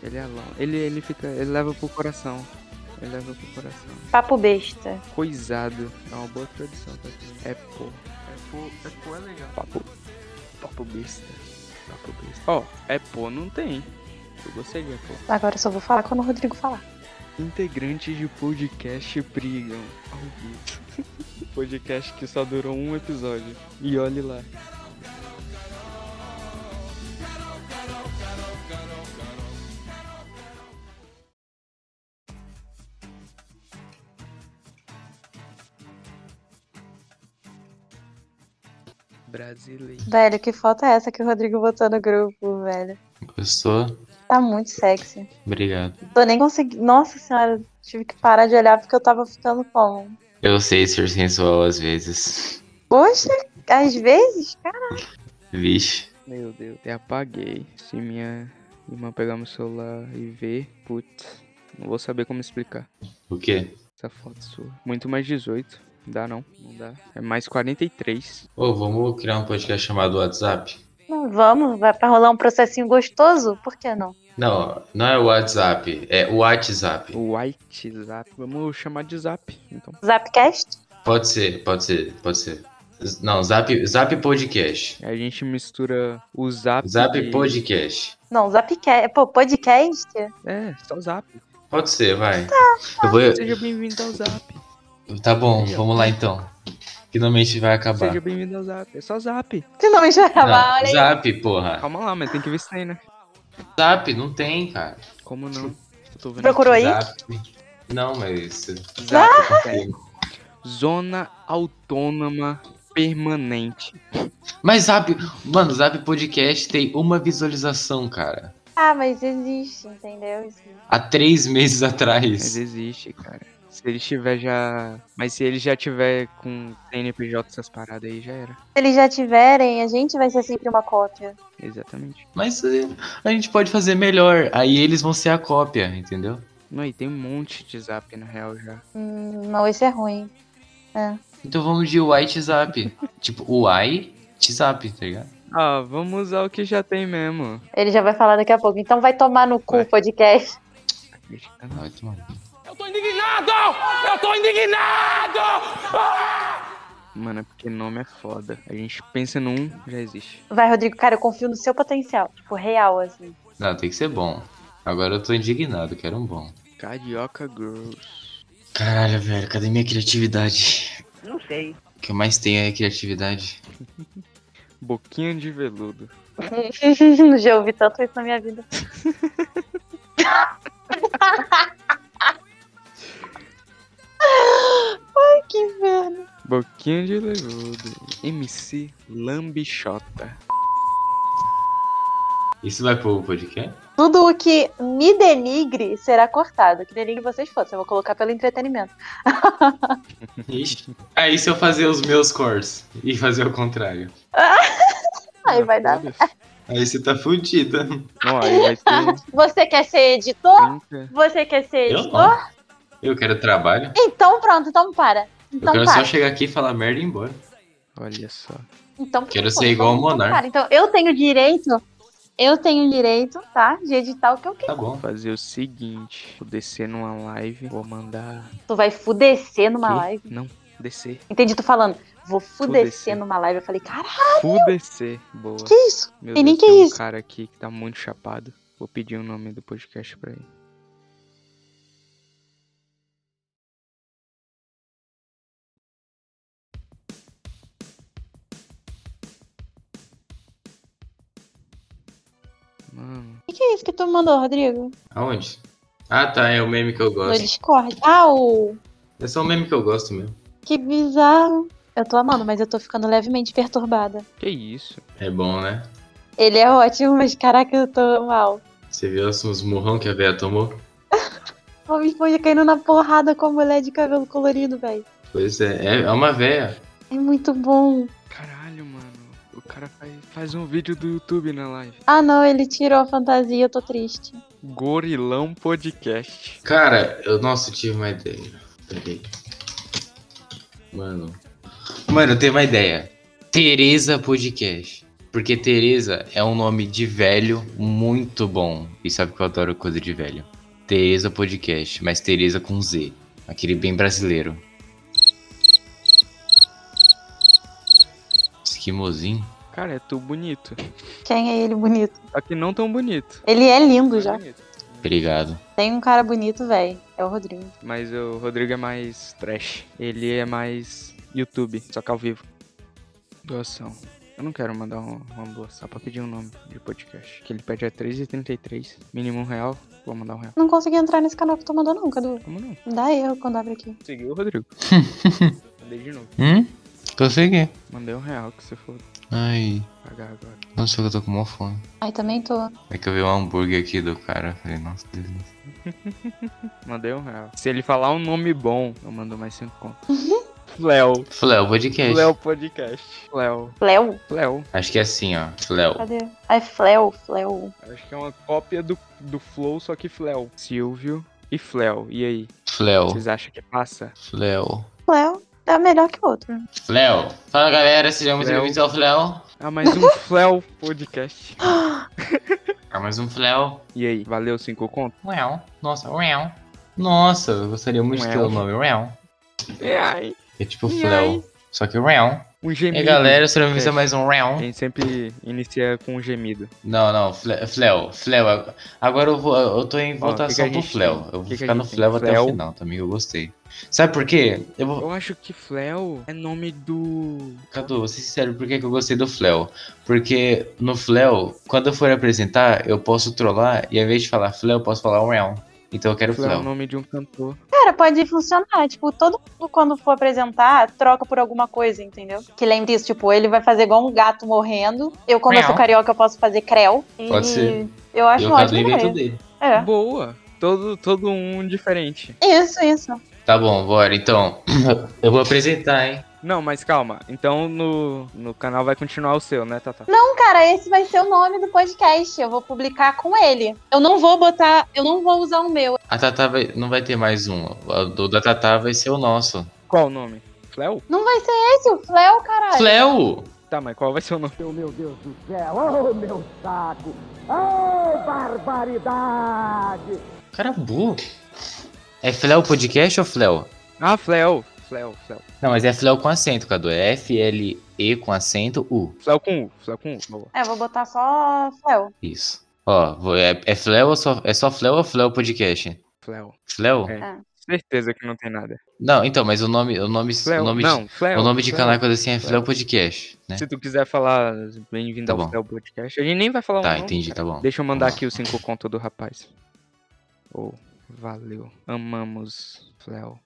[SPEAKER 3] Ele alonga. Ele, ele fica. Ele leva pro coração. Ele leva pro coração.
[SPEAKER 2] Papo besta.
[SPEAKER 3] Coisado. É uma boa tradução, tá? É pô. É pô. É pô é legal. Papo. Papo besta. Papo besta. Ó, é pô não tem. Eu gostei de é pô.
[SPEAKER 2] Agora eu só vou falar quando o Rodrigo falar.
[SPEAKER 3] Integrantes de podcast brigam ao vivo. podcast que só durou um episódio. E olhe lá. Brasileiro.
[SPEAKER 2] Velho, que foto é essa que o Rodrigo botou no grupo, velho?
[SPEAKER 1] Gostou?
[SPEAKER 2] Tá muito sexy.
[SPEAKER 1] Obrigado.
[SPEAKER 2] Tô nem conseguindo. Nossa senhora, tive que parar de olhar porque eu tava ficando como.
[SPEAKER 1] Eu sei ser sensual às vezes.
[SPEAKER 2] Poxa, às vezes, cara.
[SPEAKER 1] Vixe.
[SPEAKER 3] Meu Deus, até apaguei. Se minha irmã pegar meu celular e ver, putz, não vou saber como explicar
[SPEAKER 1] O quê?
[SPEAKER 3] essa foto é sua. Muito mais 18, dá não, não dá. É mais 43.
[SPEAKER 1] Ô, vamos criar um podcast chamado WhatsApp?
[SPEAKER 2] Não, Hum, vamos, vai pra rolar um processinho gostoso? Por que não?
[SPEAKER 1] Não, não é o WhatsApp, é o WhatsApp.
[SPEAKER 3] O White Zap, vamos chamar de Zap, então.
[SPEAKER 2] Zapcast?
[SPEAKER 1] Pode ser, pode ser, pode ser. Z- Não, Zap, Zap Podcast.
[SPEAKER 3] A gente mistura o Zap.
[SPEAKER 1] Zap
[SPEAKER 3] e-
[SPEAKER 1] Podcast.
[SPEAKER 2] Não, Zapcast. Pô, podcast?
[SPEAKER 3] É, só Zap.
[SPEAKER 1] Pode ser, vai. Eu vou-
[SPEAKER 3] Seja bem-vindo ao Zap.
[SPEAKER 1] Tá bom, vamos lá então. Finalmente vai acabar.
[SPEAKER 3] Seja bem-vindo ao Zap. É só Zap.
[SPEAKER 2] Finalmente vai acabar,
[SPEAKER 1] Não,
[SPEAKER 2] olha aí.
[SPEAKER 1] Zap, porra.
[SPEAKER 3] Calma lá, mas tem que ver se tem, né?
[SPEAKER 1] Zap não tem, cara.
[SPEAKER 3] Como não? Eu tô vendo.
[SPEAKER 2] Procurou aí?
[SPEAKER 1] Zap. Não, mas.
[SPEAKER 3] Zap. tá? Zona Autônoma Permanente.
[SPEAKER 1] Mas Zap. Mano, Zap Podcast tem uma visualização, cara.
[SPEAKER 2] Ah, mas existe, entendeu? Isso.
[SPEAKER 1] Há três meses
[SPEAKER 3] Mas
[SPEAKER 1] atrás.
[SPEAKER 3] existe, cara. Se ele tiver já. Mas se ele já tiver com CNPJ essas paradas aí, já era.
[SPEAKER 2] Se eles já tiverem, a gente vai ser sempre uma cópia.
[SPEAKER 3] Exatamente.
[SPEAKER 1] Mas é, a gente pode fazer melhor. Aí eles vão ser a cópia, entendeu?
[SPEAKER 3] Não, e tem um monte de zap na real já.
[SPEAKER 2] Hum, não, esse é ruim.
[SPEAKER 1] Então vamos de White Zap. tipo, Uai Zap, tá ligado?
[SPEAKER 3] Ah, vamos usar o que já tem mesmo.
[SPEAKER 2] Ele já vai falar daqui a pouco. Então vai tomar no cu
[SPEAKER 3] Vai.
[SPEAKER 2] o podcast.
[SPEAKER 1] Vai tomar.
[SPEAKER 3] Mano, é porque nome é foda. A gente pensa num, já existe.
[SPEAKER 2] Vai, Rodrigo, cara, eu confio no seu potencial. Tipo, real, assim.
[SPEAKER 1] Não, tem que ser bom. Agora eu tô indignado, quero um bom.
[SPEAKER 3] Carioca Girls.
[SPEAKER 1] Caralho, velho, cadê minha criatividade?
[SPEAKER 8] Não sei.
[SPEAKER 1] O que eu mais tenho é criatividade.
[SPEAKER 3] Boquinha de veludo.
[SPEAKER 2] já ouvi tanto isso na minha vida. Ai, que inferno.
[SPEAKER 3] Boquinha de veludo. MC Lambichota.
[SPEAKER 1] Isso vai pro podcast?
[SPEAKER 2] Tudo o que me denigre será cortado. Que denigre vocês fossem. Eu vou colocar pelo entretenimento.
[SPEAKER 1] Ixi. Aí se eu fazer os meus cores e fazer o contrário.
[SPEAKER 2] Aí vai dar.
[SPEAKER 3] Foda-se.
[SPEAKER 1] Aí você tá fudida.
[SPEAKER 3] Não, aí vai ter um
[SPEAKER 2] Você quer ser editor?
[SPEAKER 3] 30.
[SPEAKER 2] Você quer ser
[SPEAKER 1] Eu
[SPEAKER 2] editor?
[SPEAKER 1] não. Eu quero trabalho.
[SPEAKER 2] Então pronto, então para.
[SPEAKER 1] Eu
[SPEAKER 2] Então
[SPEAKER 1] quero
[SPEAKER 2] para.
[SPEAKER 1] só chegar aqui, falar merda e ir embora.
[SPEAKER 3] Olha só.
[SPEAKER 2] Então,
[SPEAKER 1] Quero
[SPEAKER 2] pronto,
[SPEAKER 1] ser igual
[SPEAKER 2] então
[SPEAKER 1] o Monark.
[SPEAKER 2] para. Então eu tenho direito
[SPEAKER 7] Eu tenho direito, tá? De editar o que eu quero.
[SPEAKER 1] Tá bom.
[SPEAKER 3] Fazer o seguinte, vou descer numa live, vou mandar...
[SPEAKER 2] Tu vai fudecer numa
[SPEAKER 3] Quê?
[SPEAKER 2] live.
[SPEAKER 3] Não, descer.
[SPEAKER 2] Entendi tu falando, vou fudecer,
[SPEAKER 3] Fudecer.
[SPEAKER 2] numa live. Eu falei, caralho,
[SPEAKER 3] Fudecer. Boa.
[SPEAKER 2] que isso?
[SPEAKER 3] Meu
[SPEAKER 7] Tem nem
[SPEAKER 3] Deus,
[SPEAKER 7] que
[SPEAKER 3] tem um
[SPEAKER 7] isso.
[SPEAKER 3] cara aqui que tá muito chapado. Vou pedir o nome do podcast pra ele. Mano,
[SPEAKER 7] O que que é isso que tu me mandou, Rodrigo?
[SPEAKER 9] Aonde? Ah, tá, é o meme que eu
[SPEAKER 7] No
[SPEAKER 1] assim.
[SPEAKER 9] gosto.
[SPEAKER 7] Discord. Ah, o.
[SPEAKER 9] É
[SPEAKER 1] um
[SPEAKER 9] só o meme que eu gosto mesmo.
[SPEAKER 7] Que bizarro. Eu tô amando, mas eu tô ficando levemente perturbada.
[SPEAKER 3] que isso?
[SPEAKER 9] É bom, né?
[SPEAKER 7] Ele é ótimo, mas caraca, eu tô mal.
[SPEAKER 9] Você viu os murrão que a Bea tomou?
[SPEAKER 7] Homem esponja caindo na porrada com a mulher de cabelo colorido, velho.
[SPEAKER 9] Pois é, é- é uma véia.
[SPEAKER 7] É muito bom.
[SPEAKER 3] Caralho, mano. O cara faz, faz um vídeo do YouTube na live.
[SPEAKER 7] Ah, não, ele tirou a fantasia, eu tô triste.
[SPEAKER 3] Gorilão Podcast.
[SPEAKER 9] Cara, eu, nossa, eu tive uma ideia. Peraí. Mano. Mano, eu tenho uma ideia. Tereza Podcast. Porque Tereza é um nome de velho muito bom. E sabe que eu adoro coisa de velho. Tereza Podcast, mas Tereza com Z. Aquele bem brasileiro. Esquimozinho?
[SPEAKER 3] Cara, é tu bonito.
[SPEAKER 7] Quem é ele bonito?
[SPEAKER 3] Só que não tão bonito.
[SPEAKER 7] Ele é lindo
[SPEAKER 3] Mas
[SPEAKER 7] já.
[SPEAKER 3] bonito.
[SPEAKER 9] Obrigado.
[SPEAKER 7] Tem um cara bonito, velho. É o Rodrigo.
[SPEAKER 3] Mas o Rodrigo é mais trash. Ele é mais YouTube, só que ao vivo. Doação. Eu não quero mandar um- uma doação pra pedir um nome de podcast. Que ele pede é 3,33. Mínimo um real. Vou mandar um real.
[SPEAKER 7] Não consegui entrar nesse canal que tu mandou, não, Cadu.
[SPEAKER 3] Como não?
[SPEAKER 7] Me Dá erro quando abre aqui.
[SPEAKER 3] Seguiu o Rodrigo. Mandei de novo.
[SPEAKER 1] Hum? Consegui.
[SPEAKER 3] Mandei um real que você for
[SPEAKER 1] Ai,
[SPEAKER 3] pagar agora.
[SPEAKER 1] não sei que eu tô com mó fome.
[SPEAKER 7] Ai, também tô.
[SPEAKER 1] É que eu vi um hambúrguer aqui do cara. Falei, nossa, que delícia.
[SPEAKER 3] Mandei um real. Se ele falar um nome bom, eu mando mais 5 conto. Fleo.
[SPEAKER 1] Fleo Podcast.
[SPEAKER 3] Fleo Uhum. Podcast. Fleo.
[SPEAKER 2] Fleu?
[SPEAKER 3] Fleo.
[SPEAKER 1] Acho que é assim, ó. Fleo.
[SPEAKER 7] Cadê? Ai, Fleu, Fleu.
[SPEAKER 3] Acho que é uma cópia do, do Flow, só que Fleo. Silvio e Fleo. E aí?
[SPEAKER 1] Fleo.
[SPEAKER 3] Vocês acham que passa?
[SPEAKER 1] Fleo.
[SPEAKER 7] Fleu é melhor que o outro.
[SPEAKER 1] Fleo. Fala galera, sejam muito
[SPEAKER 3] Fleo.
[SPEAKER 1] bem-vindos ao Fleo.
[SPEAKER 3] Ah, mais um Fleo Podcast.
[SPEAKER 1] Ah, mais um Fleo.
[SPEAKER 3] E aí, valeu 5 conto?
[SPEAKER 1] Well. Nossa, well. Nossa, eu gostaria muito de ter
[SPEAKER 3] Well.
[SPEAKER 1] o nome well.
[SPEAKER 3] Ai,
[SPEAKER 1] É tipo Fleo. Só que well.
[SPEAKER 3] Um
[SPEAKER 1] E
[SPEAKER 3] gemido.
[SPEAKER 1] aí, galera, sejam bem-vindos a mais um
[SPEAKER 3] A
[SPEAKER 1] well.
[SPEAKER 3] gente sempre inicia com um gemido.
[SPEAKER 1] Não, não, Fle- Fleo. Fleo. Ag- Agora eu, vou, eu tô em
[SPEAKER 3] Ó,
[SPEAKER 1] votação
[SPEAKER 3] que que
[SPEAKER 1] pro
[SPEAKER 3] a gente
[SPEAKER 1] Fleo.
[SPEAKER 3] tem?
[SPEAKER 1] Eu vou
[SPEAKER 3] Que que a
[SPEAKER 1] ficar no
[SPEAKER 3] gente tem?
[SPEAKER 1] Fleo até
[SPEAKER 3] Fleo.
[SPEAKER 1] o final também, eu gostei. Sabe por quê? Eu vou,
[SPEAKER 3] Eu acho que Fleo é nome do...
[SPEAKER 1] Cadu, vou ser sincero, por que, que eu gostei do Fleo? Porque no Fleo, quando eu for apresentar, eu posso trollar e ao invés de falar Fleo, eu posso falar Real. Então eu quero
[SPEAKER 3] Fleo é o
[SPEAKER 1] Fleo.
[SPEAKER 3] nome de um cantor.
[SPEAKER 2] Cara, pode funcionar. Tipo, todo mundo quando for apresentar, troca por alguma coisa, entendeu? Que lembre isso, tipo, ele vai fazer igual um gato morrendo. Eu, como eu sou
[SPEAKER 1] Miau.
[SPEAKER 2] carioca, eu posso fazer creu. E
[SPEAKER 1] Pode ser.
[SPEAKER 2] Eu acho
[SPEAKER 1] E o
[SPEAKER 2] uma
[SPEAKER 1] Cadu
[SPEAKER 2] ótima
[SPEAKER 1] inventou
[SPEAKER 2] ideia.
[SPEAKER 1] dele.
[SPEAKER 2] É.
[SPEAKER 3] Boa. Todo, todo um diferente.
[SPEAKER 2] Isso, isso.
[SPEAKER 1] Tá bom, bora. Então, eu vou apresentar, hein?
[SPEAKER 3] Não, mas calma. Então no, no canal vai continuar o seu, né, Tata?
[SPEAKER 2] Então, cara, esse vai ser o nome do podcast. Eu vou publicar com ele. Eu não vou botar, eu não vou usar o meu.
[SPEAKER 1] A Tatá vai- não vai ter mais um. O do da Tatá vai ser o nosso.
[SPEAKER 3] Qual o nome? Fleo?
[SPEAKER 2] Não vai ser esse, o Fleu, caralho.
[SPEAKER 1] Fleo!
[SPEAKER 3] Tá, mas qual vai ser o nome?
[SPEAKER 1] Cara burro. É Fleo Podcast ou Fleo?
[SPEAKER 3] Ah, Fleo. Fleo, Fleo.
[SPEAKER 1] Não, mas é Fleo com acento, Cadu. É F-L-E com acento U.
[SPEAKER 3] Fleo com U. Fleo com U. Boa.
[SPEAKER 2] É, eu vou botar só Fleu.
[SPEAKER 1] Isso. Ó, vou- é, é Fleo ou só, é só Fleo ou Fleo Podcast?
[SPEAKER 3] Fleo.
[SPEAKER 1] Fleo?
[SPEAKER 3] É. Certeza que não tem nada.
[SPEAKER 1] Não, então, mas o nome, o nome,
[SPEAKER 3] Fleo.
[SPEAKER 1] o nome,
[SPEAKER 3] não,
[SPEAKER 1] de,
[SPEAKER 3] Fleo.
[SPEAKER 1] o nome de
[SPEAKER 3] Fleo.
[SPEAKER 1] canal coisa assim é
[SPEAKER 3] Fleo.
[SPEAKER 1] Fleo Podcast, né?
[SPEAKER 3] Se tu quiser falar bem-vindo
[SPEAKER 1] Tá
[SPEAKER 3] ao
[SPEAKER 1] bom.
[SPEAKER 3] Fleo Podcast, a gente nem vai falar um
[SPEAKER 1] Tá,
[SPEAKER 3] nome,
[SPEAKER 1] entendi,
[SPEAKER 3] cara.
[SPEAKER 1] tá bom.
[SPEAKER 3] Deixa eu mandar aqui os cinco contos do rapaz. Oh, valeu. Amamos, Fleo.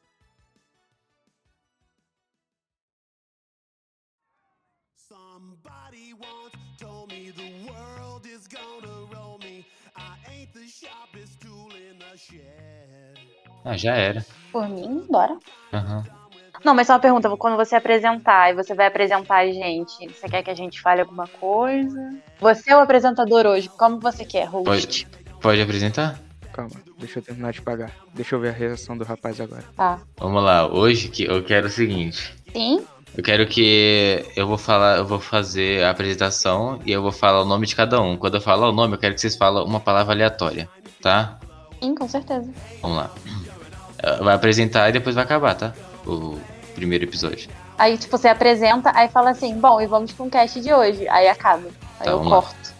[SPEAKER 1] Ah, já era.
[SPEAKER 7] Por mim, bora.
[SPEAKER 1] Aham.
[SPEAKER 2] Não, mas só uma pergunta, quando você apresentar e você vai apresentar a gente, você quer que a gente fale alguma coisa? Você é o apresentador hoje, como você quer, host?
[SPEAKER 1] Pode apresentar?
[SPEAKER 3] Calma, deixa eu terminar de pagar. Deixa eu ver a reação do rapaz agora.
[SPEAKER 7] Tá.
[SPEAKER 1] Vamos lá, hoje que eu quero o seguinte.
[SPEAKER 7] Sim?
[SPEAKER 1] Eu quero que eu vou falar, eu vou fazer a apresentação e eu vou falar o nome de cada um. Quando eu falar o nome, eu quero que vocês falem uma palavra aleatória, tá?
[SPEAKER 2] Sim, com certeza.
[SPEAKER 1] Vamos lá. Eh, Vai apresentar e depois vai acabar, tá? O primeiro episódio.
[SPEAKER 2] Aí, tipo, você apresenta, aí fala assim, bom, e vamos com o cast de hoje. Aí acaba. Aí
[SPEAKER 1] Tá,
[SPEAKER 2] eu
[SPEAKER 1] vamos lá.
[SPEAKER 2] corto.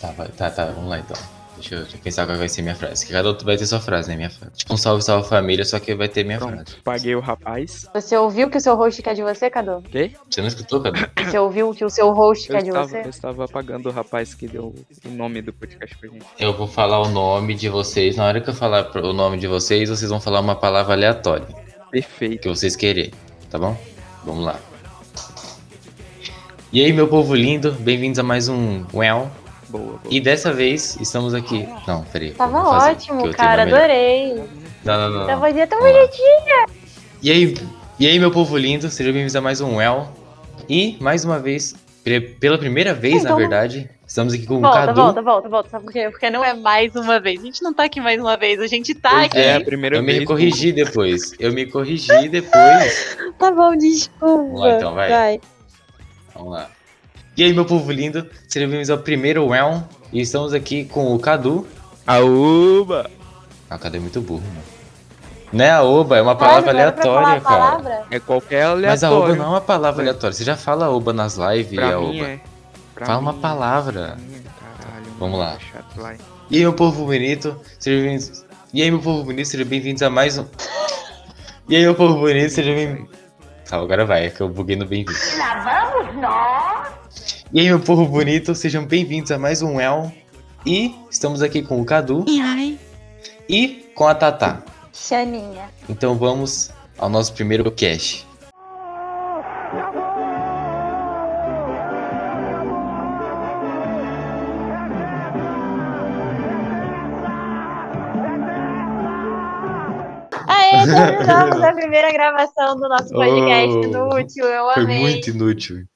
[SPEAKER 1] Tá, vai- tá, tá, vamos lá então. Deixa eu deixa eu pensar qual vai ser minha frase. Que cada outro vai ter sua frase, né? Minha frase. Tipo um salve, salve família, só que vai ter minha frase.
[SPEAKER 3] Pronto, paguei o rapaz.
[SPEAKER 2] Você ouviu que o seu host quer de você, Cadu?
[SPEAKER 3] Ok?
[SPEAKER 1] Você não escutou, cara?
[SPEAKER 2] Você ouviu que o seu host
[SPEAKER 3] Eu
[SPEAKER 2] quer de
[SPEAKER 3] estava, eu
[SPEAKER 2] você?
[SPEAKER 3] estava pagando o rapaz que deu o nome do podcast pra gente.
[SPEAKER 1] Eu vou falar o nome de vocês. Na hora que eu falar pro- o nome de vocês, vocês vão falar uma palavra aleatória.
[SPEAKER 3] Perfeito.
[SPEAKER 1] que vocês querem, tá bom? Vamos lá. E aí, meu povo lindo, bem-vindos a mais um Well.
[SPEAKER 3] Boa, boa.
[SPEAKER 1] E dessa vez estamos aqui. Não, peraí. eu
[SPEAKER 2] Tava
[SPEAKER 1] vou fazer, que eu
[SPEAKER 2] ótimo,
[SPEAKER 1] tenho
[SPEAKER 2] cara,
[SPEAKER 1] uma melhor.
[SPEAKER 2] adorei.
[SPEAKER 1] Não, não, não. não.
[SPEAKER 2] Tava dia tão
[SPEAKER 1] Vamos lá.
[SPEAKER 2] bonitinho.
[SPEAKER 1] E aí, e aí, meu povo lindo, sejam bem-vindos a mais um Well. E, mais uma vez, pre- pela primeira vez,
[SPEAKER 2] Então-
[SPEAKER 1] na verdade, estamos aqui com o
[SPEAKER 2] Volta,
[SPEAKER 1] Cadu.
[SPEAKER 2] volta, volta, volta. Sabe por quê? Porque não é mais uma vez. A gente não tá aqui mais uma vez. A gente tá
[SPEAKER 1] Pois
[SPEAKER 2] aqui.
[SPEAKER 3] É
[SPEAKER 1] é,
[SPEAKER 3] a primeira
[SPEAKER 1] Eu
[SPEAKER 3] vez.
[SPEAKER 1] me corrigi depois. Eu me corrigi depois.
[SPEAKER 2] Tá bom, desculpa.
[SPEAKER 1] Vamos lá, então, vai. Vamos lá. E aí, meu povo lindo, sejam bem-vindos ao primeiro Well. E estamos aqui com o Cadu.
[SPEAKER 3] Aúba!
[SPEAKER 1] Ah, cadê muito burro, mano? Não é a oba, é uma
[SPEAKER 2] Claro,
[SPEAKER 1] palavra
[SPEAKER 2] não era pra falar
[SPEAKER 1] aleatória,
[SPEAKER 2] a
[SPEAKER 1] cara.
[SPEAKER 2] palavra?
[SPEAKER 3] É qualquer
[SPEAKER 1] Mas a oba
[SPEAKER 3] aleatório.
[SPEAKER 1] não é uma palavra aleatória. Você já fala oba nas lives,
[SPEAKER 3] pra
[SPEAKER 1] a
[SPEAKER 3] mim
[SPEAKER 1] oba.
[SPEAKER 3] é. Pra
[SPEAKER 1] Fala uma
[SPEAKER 3] mim é. Pra
[SPEAKER 1] palavra.
[SPEAKER 3] mim é, Caralho,
[SPEAKER 1] Vamos
[SPEAKER 3] mano,
[SPEAKER 1] lá.
[SPEAKER 3] tá Chato, vai.
[SPEAKER 1] E aí, meu povo bonito, sejam bem-vindos. E aí, meu povo bonito, sejam bem-vindos a mais um. E aí, meu povo bonito, sejam bem-vindos. Tá, agora vai, é que eu buguei no bem-vindo.
[SPEAKER 10] Lá vamos nós!
[SPEAKER 1] E aí, meu povo bonito, sejam bem-vindos a mais um El. E estamos aqui com o Cadu
[SPEAKER 11] E aí?
[SPEAKER 1] e com a Tatá.
[SPEAKER 2] Xaninha.
[SPEAKER 1] Então vamos ao nosso primeiro cast.
[SPEAKER 2] Aê, terminamos a primeira gravação do nosso podcast
[SPEAKER 1] Oh,
[SPEAKER 2] inútil. Eu amei.
[SPEAKER 1] inútil.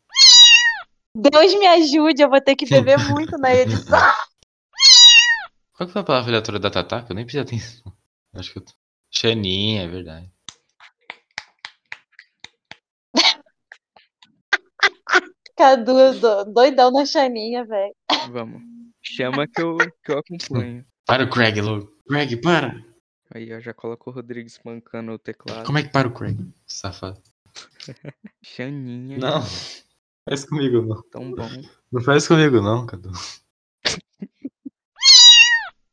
[SPEAKER 2] Deus me ajude, eu vou ter que beber muito na edição.
[SPEAKER 1] Qual que foi a palavra aleatória da Tatá? Que eu nem prestei atenção. Acho que eu... Xaninha, é verdade.
[SPEAKER 2] Cadu, eu tô doidão na Xaninha, velho.
[SPEAKER 3] Vamos. Chama que eu, que eu acompanho.
[SPEAKER 1] Para o Craig logo. Craig, para.
[SPEAKER 3] Aí, ó, já coloca o Rodrigues mancando o teclado.
[SPEAKER 1] Como é que para o Craig? Safado.
[SPEAKER 3] Xaninha.
[SPEAKER 1] Não. Faz comigo não.
[SPEAKER 3] Tão bom.
[SPEAKER 1] Não faz comigo não, Cadu.